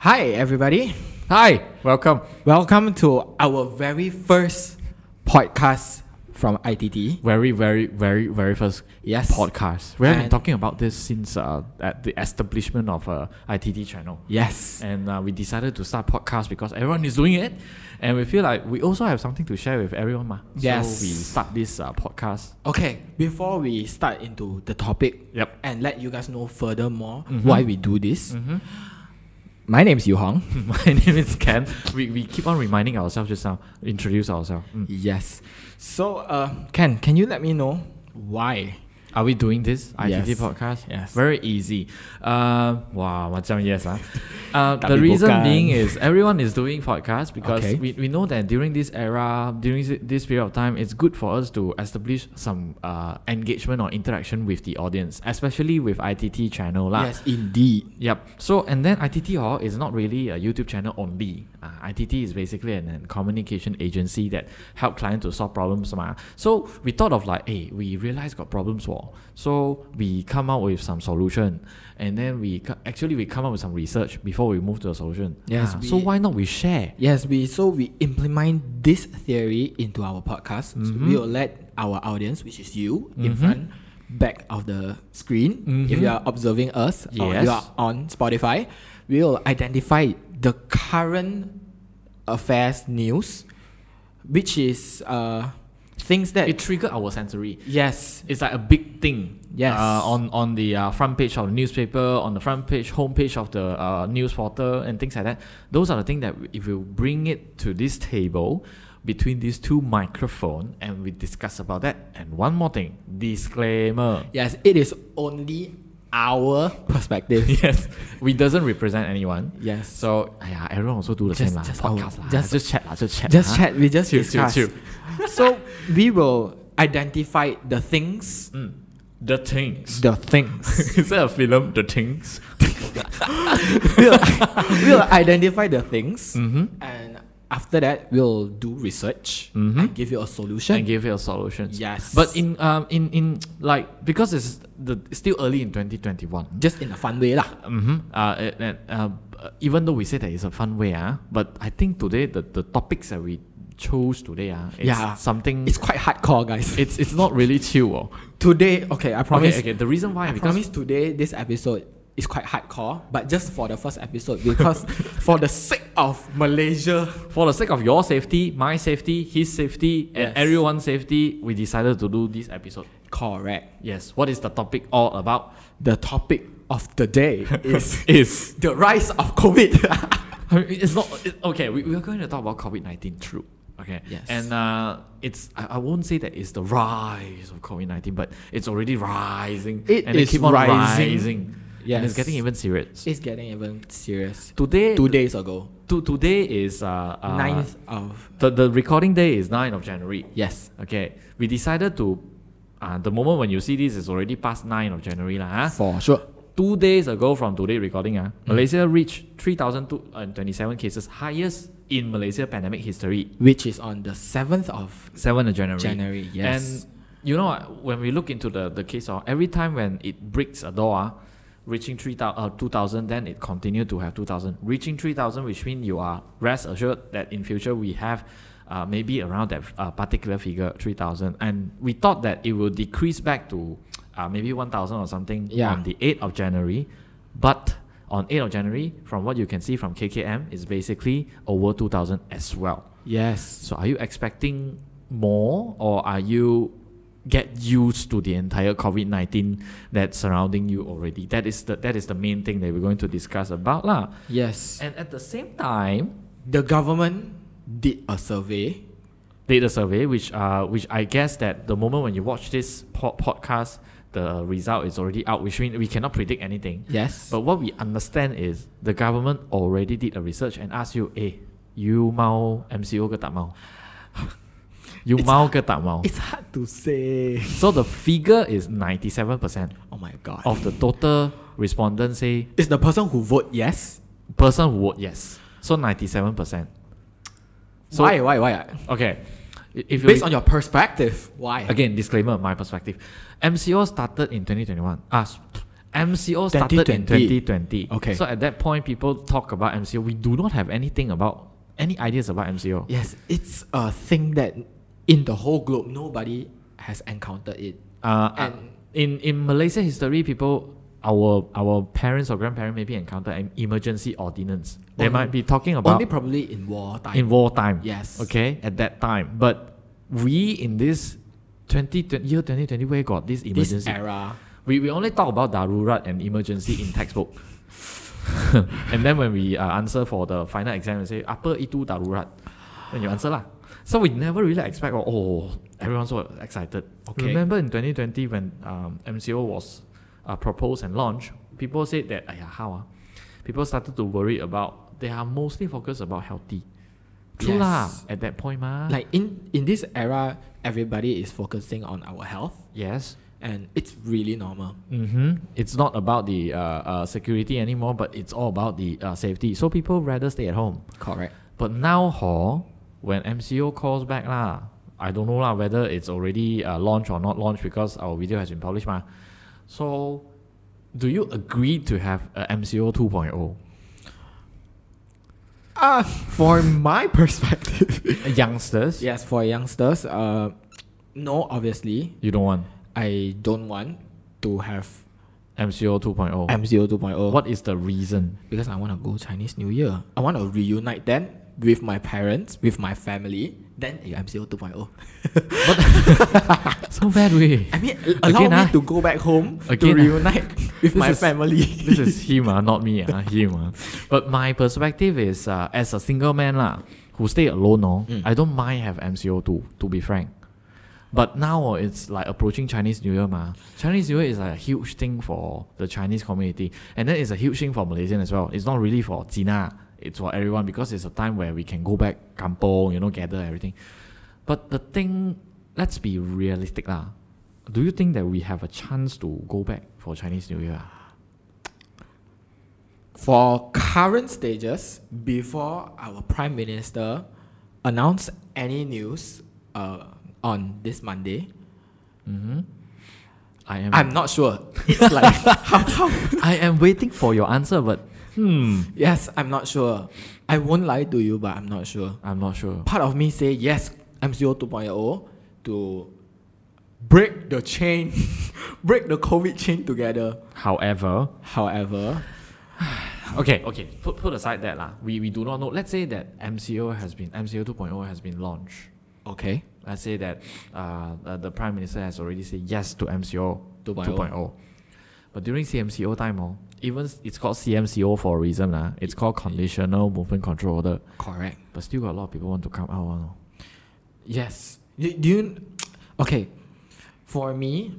Hi, everybody. Hi, welcome. Welcome to our very first podcast from ITT. Very, very, very, very first Yes. podcast. We have been And- talking about this since uh, at the establishment of uh, ITT channel. Yes. And uh, we decided to start podcast because everyone is doing it. And we feel like we also have something to share with everyone. Ma. Yes. So we start this uh, podcast. Okay, before we start into the topic Yep. and let you guys know furthermore why we do this, my name is Yu Hong. My name is Ken. We, we keep on reminding ourselves just now, introduce ourselves. Mm. Yes. So, uh, Ken, can you let me know why? Are we doing this ITT Yes. podcast? Yes. Very easy. Uh, wow, macam yes ah. Uh, Tak the reason bukan. being is everyone is doing podcast because Okay. we, we know that during this era, during thi- this period of time, it's good for us to establish some uh, engagement or interaction with the audience, especially with ITT channel lah. Yes, indeed. Yep. So and then ITT Hall is not really a YouTube channel only. Uh, ITT is basically an, an communication agency that help clients to solve problems. mah. So we thought of like, hey, we realize got problems. Well. So we come up with some solution, and then we co- actually we come up with some research before we move to a solution. Yes, Ah, so we- why not we share? Yes, we so we implement this theory into our podcast. So Mm-hmm. we will let our audience, which is you, in front, back of the screen. If you are observing us or Mm-hmm. Yes. you are on Spotify, we will identify the current affairs news, which is uh things that It triggered our sensory. yes It's like a big thing. Yes. Uh, on on the uh, front page of the newspaper, on the front page, homepage of the uh, news portal, and things like that. Those are the things that if you bring it to this table, between these two microphone, and we discuss about that. And one more thing, disclaimer. yes it is only our perspective. yes, we doesn't represent anyone. Yes. So yeah, everyone also do the Just- same lah. just Podcast our- lah. just- Just, chat lah. Just chat. just lah. chat. We just Chill, chill, discuss. chill. so we will identify the things, Mm. The things. the things. Is that a film? The things. we'll, we'll identify the things Mm-hmm. and after that we'll do research and give you a solution Mm-hmm. and give you a solution. Yes. But in um in in like because it's the it's still early in 2021. just in a fun way lah. Mm-hmm. Uh, and- and, uh, even though we say that it's a fun way, ah, but I think today the, the topics that we chose today, ah, it's Yeah. something. It's quite hardcore guys. it's it's not really chill. Oh. today okay I promise Okay, okay. The reason why I because promise today this episode is quite hardcore but just for the first episode because for the sake of Malaysia for the sake of your safety, my safety, his safety, Yes. and everyone's safety, we decided to do this episode. correct Yes. What is the topic all about? the topic of the day is Is the rise of COVID I mean, it's not it, okay. We, we are going to talk about COVID nineteen, true. Okay. Yes. And uh, it's I, I won't say that it's the rise of COVID nineteen, but it's already rising. It and they is keep on rising. And Yes. it's getting even serious. it's getting even serious today. two days ago To, today is uh, uh 9th of The, the recording day is 9th of January. yes Okay. We decided to. Uh, the moment when you see this is already past 9th of January. lah. ah. for sure Two days ago from today recording, ah, Mm. Malaysia reached 3,227 cases, highest in Malaysia pandemic history. which is on the 7th of 7th of January. January, yes. And you know, what, when we look into the, the case, of every time when it breaks a door, ah, reaching 3,000, uh, 2,000, then it continue to have 2,000. Reaching 3,000, which means you are rest assured that in future we have uh, maybe around that uh, particular figure, 3,000. And we thought that it will decrease back to uh, maybe 1,000 or something Yeah. on the 8th of January. But on 8th of January, from what you can see from KKM, is basically over 2,000 as well. Yes. So are you expecting more or are you get used to the entire COVID nineteen that's surrounding you already? That is the that is the main thing that we're going to discuss about lah. Yes. And at the same time, The government did a survey. data survey, which uh which I guess that the moment when you watch this po- podcast, the result is already out, which means we cannot predict anything. Yes. But what we understand is the government already did a research and asked you, eh, you mau MCO ke tak mau? you mau ke tak mau? It's hard to say. So the figure is 97% Oh my god. of the total respondents say it's the person who vote yes. person who vote yes. So 97%. So- why? Why? Why? Okay. I- If you Based on your perspective, why? again disclaimer my perspective, MCO started in 2021. Ah, s- MCO started in 2020. 2020. Okay. So at that point, people talk about MCO. We do not have anything about any ideas about MCO. Yes, it's a thing that in the whole globe nobody has encountered it. Uh, And- in in Malaysia history, people our our parents or grandparents maybe encounter an emergency ordinance. They Only- might be talking about Only probably in wartime. in wartime. Yes. Okay, at that time, but we in this 2020 year 2020 where got this this emergency era. We, we only talk about darurat and emergency in textbook. and then when we uh, answer for the final exam, we say upper itu darurat. Then you answer lah. So we never really expect, oh, oh everyone's so excited. Okay. Remember in 2020 when um, MCO was uh, proposed and launched, people said that, "Aiya, how ah? People started to worry about, they are mostly focused about healthy. True Yes. lah, at that point ma. Like in in this era, everybody is focusing on our health, yes. and it's really normal. hmm It's not about the uh, uh, security anymore, but it's all about the uh, safety. So people rather stay at home. Correct. But now, ho, when MCO calls back, lah, I don't know lah whether it's already uh, launched or not launched because our video has been published, ma. So, do you agree to have a MCO 2.0? Ah, for my perspective, Uh, Youngsters, yes, for youngsters, uh, no, obviously, you don't want I don't want to have MCO 2.0. MCO 2.0. oh. what is the reason? because I want to go Chinese New Year. I want to reunite then with my parents, with my family. Then eh, MCO 2.0. So bad way. I mean, al- allow Again, me ah. to go back home to Again, ah. reunite with This my is- family. this is him, ah, not me, ah, him. ah. But my perspective is uh, as a single man lah, who stay alone, no, I don't mind have MCO too, to be frank. But now oh, it's like approaching Chinese New Year ma. Chinese New Year is like a huge thing for the Chinese community. And then it's a huge thing for Malaysian as well. It's not really for Cina, it's for everyone because it's a time where we can go back kampong, you know, gather everything. But the thing, let's be realistic lah. Do you think that we have a chance to go back for Chinese New Year? ah? For current stages, before our prime minister announced any news uh, on this Monday, I am. I'm not sure. It's like I am waiting for your answer, but hmm, yes, I'm not sure. I won't lie to you, but I'm not sure. I'm not sure. part of me say yes MCO 2.0 to break the chain break the covid chain together However, however okay, okay, put put aside that lah. We we do not know. Let's say that MCO has been MCO 2.0 has been launched. okay Let's say that uh, uh, the prime minister has already said yes to MCO 2.0. 2.0. oh. But during CMCO time, oh, even s- it's called CMCO for a reason lah. It's called conditional movement control order. correct But still got a lot of people want to come out. ah, yes do, do you okay for me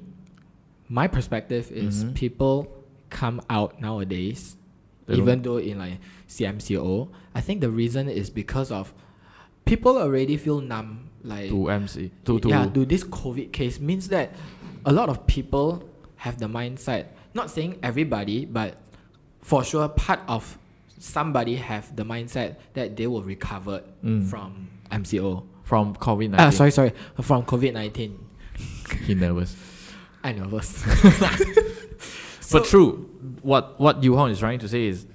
my perspective is Mhm. people come out nowadays They even though in like CMCO I think the reason is because of people already feel numb like oh, To MC to to yeah, to this COVID case means that a lot of people have the mindset. Not saying everybody, but for sure, part of somebody have the mindset that they will recover Mm. from MCO. from COVID Ah, 19. sorry, sorry, from COVID nineteen. he nervous. I nervous. but true, what what Yu Hong is trying to say is,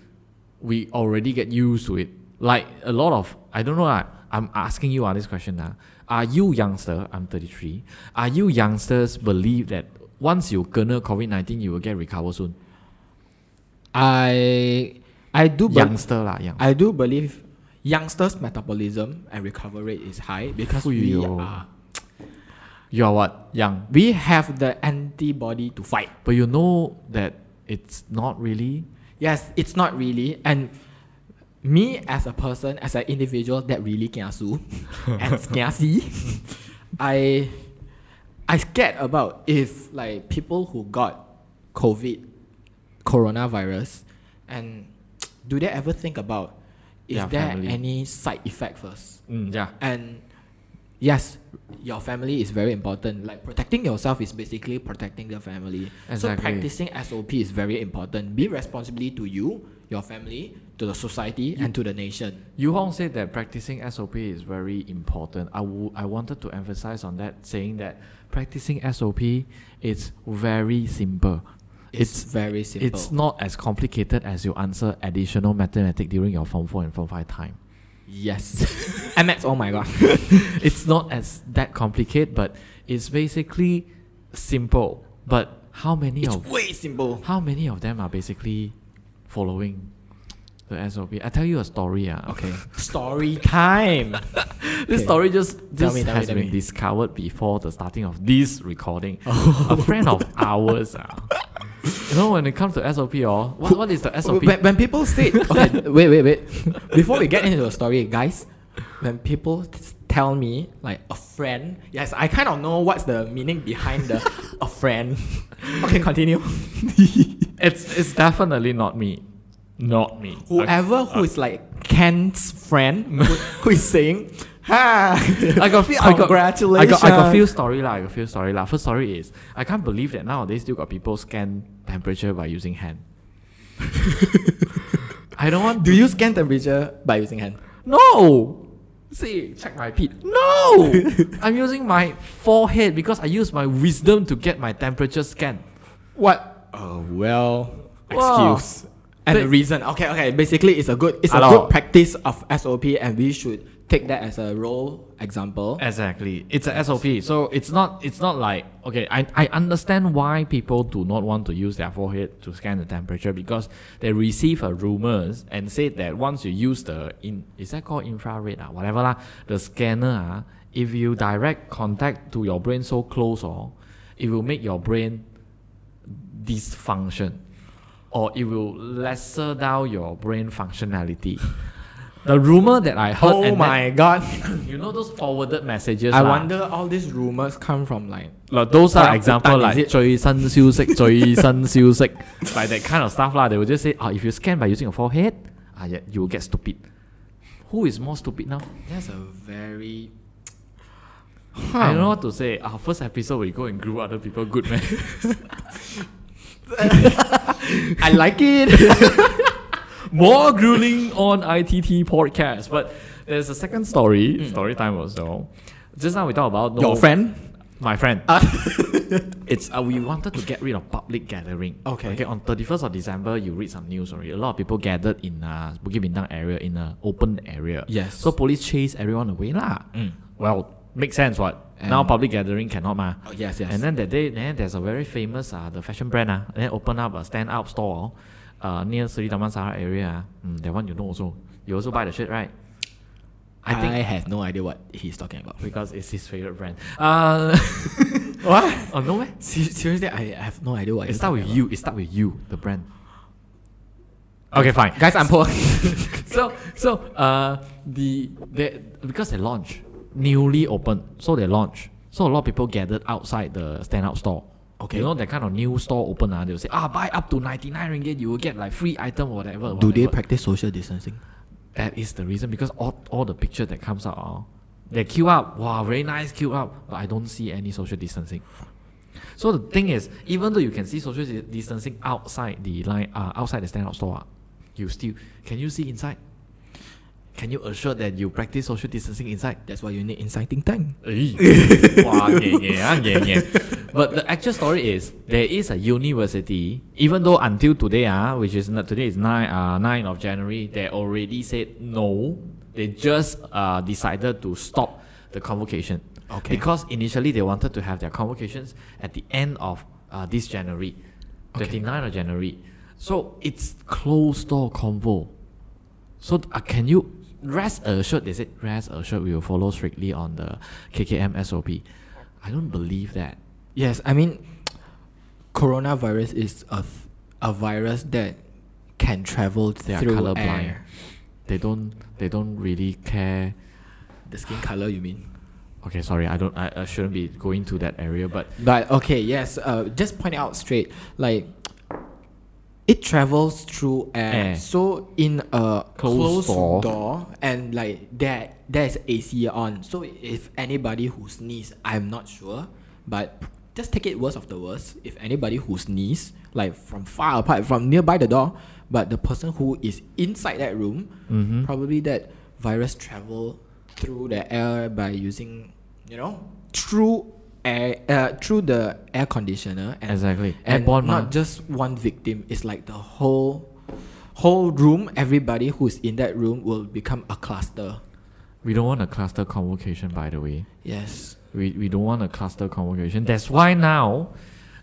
we already get used to it. Like a lot of I don't know. ah, I'm asking you ah, this question now. Are you youngster? I'm 33. Are you youngsters believe that once you gonna COVID 19, you will get recovered soon? I I do bel youngster lah, young. I do believe youngsters' metabolism and recovery rate is high because we Fuyo. are You are what young, we have the antibody to fight. but you know that it's not really. Yes, it's not really. And me as a person, as an individual that really kiasu and kiasi, I I scared about if like people who got COVID, coronavirus, and do they ever think about is Their there family. any side effect first? Mm, yeah. And yes, your family is very important. Like protecting yourself is basically protecting the family. So Exactly. practicing SOP is very important. Be responsibly to you, your family, to the society, and to the nation. Yu Hong said that practicing SOP is very important. I wo- I wanted to emphasize on that, saying that practicing SOP is very simple. It's, very simple. It's not as complicated as you answer additional mathematics during your form four and form five time. yes. MX, oh my god. it's not as that complicated, but it's basically simple. But how many It's of way simple. how many of them are basically following the SOP? I tell you a story, ah, okay. Story time. This Okay. story just Tell this me, tell me, has tell been me. discovered before the starting of this recording. Oh. A friend of ours, ah. you know, when it comes to SOP, oh, what, what is the SOP? When, when people say, okay, wait, wait, wait. Before we get into the story, guys, when people t- tell me like a friend, yes, I kind of know what's the meaning behind the a friend. Okay, continue. It's it's definitely not me, not me. Whoever who is like Ken's friend, who, who is saying, "Ha, I got fe- I got- I congratulations." got, I got few story lah. I got few story lah. First story is I can't believe that nowadays still got people scan temperature by using hand. I don't want. Do you scan temperature by using hand? No. See, check my pee. No, I'm using my forehead because I use my wisdom to get my temperature scan. What? Oh well, Wow. excuse and Ba- the reason. Okay, okay. Basically, it's a good, it's a Hello. good practice of SOP, and we should take that as a role example. Exactly. It's a SOP. So it's not it's not like okay, I, I understand why people do not want to use their forehead to scan the temperature because they receive a rumors and say that once you use the in is that called infrared ah, whatever lah, the scanner ah, if you direct contact to your brain so close or it will make your brain dysfunction or it will lesser down your brain functionality. The rumor that I heard oh and that- my god! you know those forwarded messages. I lah. wonder all these rumors come from like Like those are Like, example is like it- 最新消息,最新消息, like that kind of stuff lah. They will just say, oh, if you scan by using your forehead, ah, yeah, you will get stupid. Who is more stupid now? that's a very. I don't know what to say. Our first episode, we go and grew other people good, man. I like it. more grueling on ITT podcast. But there's a second story, story time also. Just now we talked about no- Hmm. Your friend? my friend. Uh, it's uh, we wanted to get rid of public gathering. Okay. Okay. On thirty first of December, you read some news already. A lot of people gathered in uh, Bukit Bintang area in an open area. Yes. Mm. So police chase everyone away lah. Well, makes sense. What now And- public gathering cannot ma. Oh, yes, yes. And then that day, then there's a very famous uh, the fashion brand ah. Then open up a stand up store, uh, near Sri Damansara area. ah. Mm, that one you know also. You also buy the shirt right? I, have no idea what he's talking about. because it's his favorite brand. Uh, What? oh no way. Se- seriously, I have no idea what. It he's start talking with you. It start with you, the brand. Okay, fine. about. Guys, I'm poor. So so uh the they because they launch newly open, so they launch. So a lot of people gathered outside the stand up store. Okay. You know that kind of new store open ah, they'll say, ah buy up to ninety nine ringgit, you will get like free item or whatever. Do they whatever." practice social distancing? That is the reason because all, all the picture that comes out, oh, they queue up. Wow, very nice queue up, but I don't see any social distancing. So the thing is, even though you can see social di- distancing outside the line, uh, outside the stand-up store, ah, you still can you see inside? Can you assure that you practice social distancing inside? That's why you need inciting time. Eh. Wah, yeah, yeah, ah, yeah, yeah. But the actual story is there is a university, even though until today, ah, which is not, today is nine uh, 9 of January, they already said no. They just uh, decided to stop the convocation. Okay. Because initially they wanted to have their convocations at the end of uh, this January, 29 of January. So it's closed door convo. So uh, can you rest assured? They said rest assured we will follow strictly on the KKM SOP. I don't believe that. Yes, I mean, coronavirus is a, f- a virus that can travel They are through colorblind. air. They don't. They don't really care. The skin color, you mean? Okay, sorry. I don't. I, I shouldn't be going to that area. But But okay, yes. Uh, just point it out straight, like it travels through air. Air. So in a closed, Closed door. door. and like there, there's AC on. So if anybody who sneeze, I'm not sure, but just take it worst of the worst. If anybody who sneeze, like from far apart, from nearby the door, but the person who is inside that room, probably that virus travel through the air by using, you know, through air uh, through the air conditioner and Exactly. and Airborne, not mah. just one victim it's like the whole whole room everybody who's in that room will become a cluster We don't want a cluster convocation, by the way. yes We, we don't want a cluster convocation. That's why now,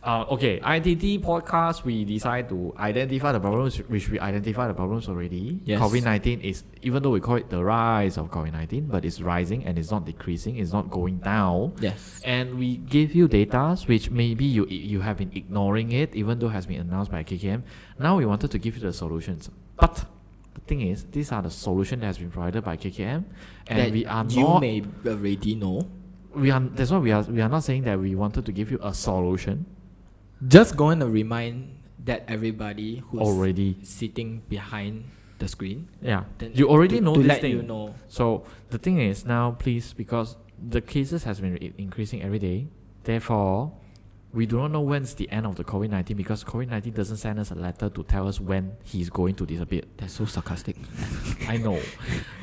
uh, okay, ITT podcast, we decide to identify the problems, which we identify the problems already. Yes. COVID 19 is, even though we call it the rise of COVID 19, but it's rising and it's not decreasing, it's not going down. yes And we give you data, which maybe you you have been ignoring it, even though has been announced by KKM. Now we wanted to give you the solutions, but the thing is, these are the solution that has been provided by KKM, and that we are you not. may already know We are that's why we are we are not saying that we wanted to give you a solution just going to remind that everybody who's already. sitting behind the screen Yeah, then you already to, know to this let thing. you know So the thing is now, please, because the cases has been i- increasing every day. Therefore, we do not know when's the end of the COVID nineteen because COVID nineteen doesn't send us a letter to tell us when he's going to disappear. that's so sarcastic I know,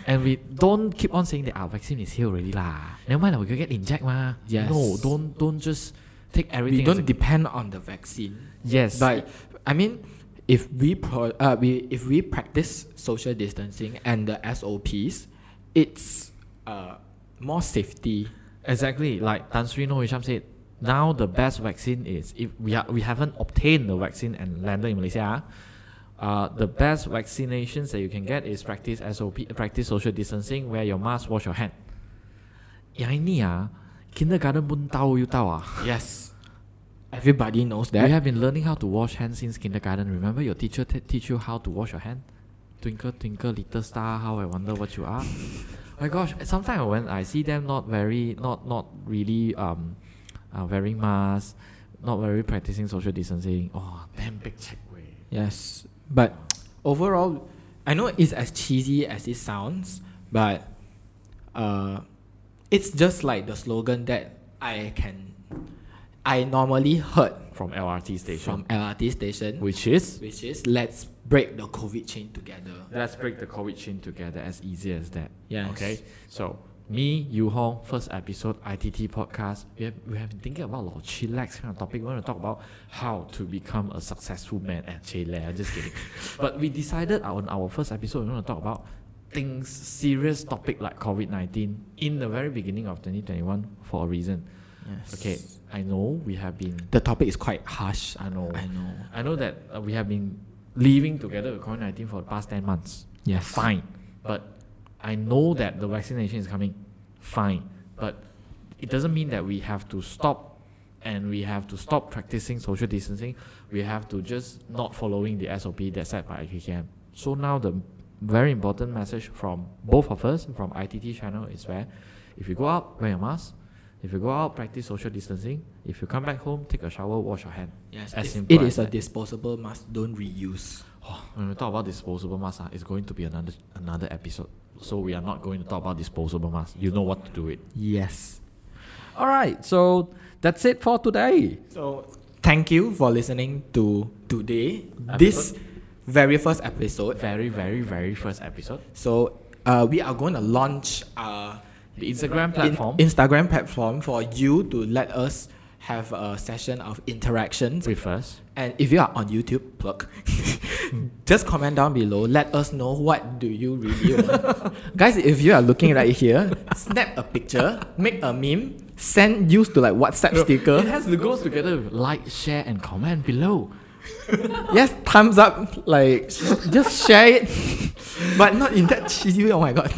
and we don't keep on saying that our vaccine is here already lah. Never mind, lah, we can get inject mah. Yes. No, don't don't just take everything. we as don't a- depend on the vaccine yes, But I mean, if we pro, uh, we if we practice social distancing and the SOPs, it's uh, more safety. Exactly, like Tan Sri Noh Hisham said, now the best vaccine is if we are, we haven't obtained the vaccine and landed in Malaysia. Uh, the best vaccinations that you can get is practice SOP, practice social distancing, wear your mask, wash your hand. Yang ini ah, kindergarten pun tahu you tahu ah. Yes, everybody knows We that. have been learning how to wash hands since kindergarten. Remember your teacher t- teach you how to wash your hand? Twinkle, twinkle, little star, how I wonder what you are. My gosh, sometimes when I see them not very, not not really um, uh, wearing masks, not very practicing social distancing. Oh, damn big check way. Yes, but overall, I know it's as cheesy as it sounds, but uh, it's just like the slogan that I can, I normally heard From LRT from station, LRT station, which is which is "Let's break the COVID chain together." let's break the COVID chain together as easy as that. Yes. Okay. So me, Yu Hong, first episode ITT podcast. We have we have been thinking about a lot of chillax kind of topic. We want to talk about how to become a successful man at Chile. I'm just kidding. but we decided on our first episode we want to talk about things serious topic like COVID nineteen in the very beginning of twenty twenty one for a reason. Yes. Okay. I know we have been the topic is quite harsh. I know I know. I know that uh, we have been living together with COVID 19 for the past 10 months. Yes. Fine. But I know that the vaccination is coming. Fine. But it doesn't mean that we have to stop and we have to stop practicing social distancing. We have to just not following the SOP that's set by IKKM. So now the very important message from both of us from ITT channel is where if you go out, wear your mask. If you go out, practice social distancing. If you come back home, take a shower, wash your hand. Yes, As it's- simple it as is a that. disposable mask. Don't reuse. Oh, when we talk about disposable masks, ah, it's going to be another another episode. So we are not going to talk about disposable masks. You know what to do it. Yes. All right. So that's it for today. So thank you for listening to today this very first episode. Very very very first episode. So uh, we are going to launch our The Instagram in- platform Instagram platform for you to let us have a session of interactions. with us. And if you are on YouTube, plug. Just comment down below. Let us know what do you really want. Guys, if you are looking right here, snap a picture, make a meme, send use to like WhatsApp It sticker. has to go together. with Like, share, and comment below. Yes, thumbs up. Like, just share it, but not in that cheesy way. Oh my god.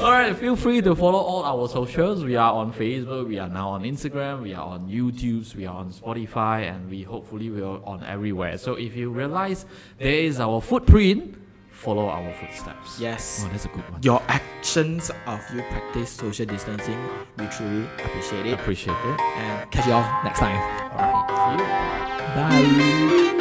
All right. Feel free to follow all our socials. We are on Facebook. We are now on Instagram. We are on YouTube. We are on Spotify, and we hopefully we are on everywhere. So if you realize there is our footprint, follow our footsteps. Yes. Oh, that's a good one. Your actions of you practice social distancing. We truly appreciate it. Appreciate it. And catch you all next time. All right. See you. Bye.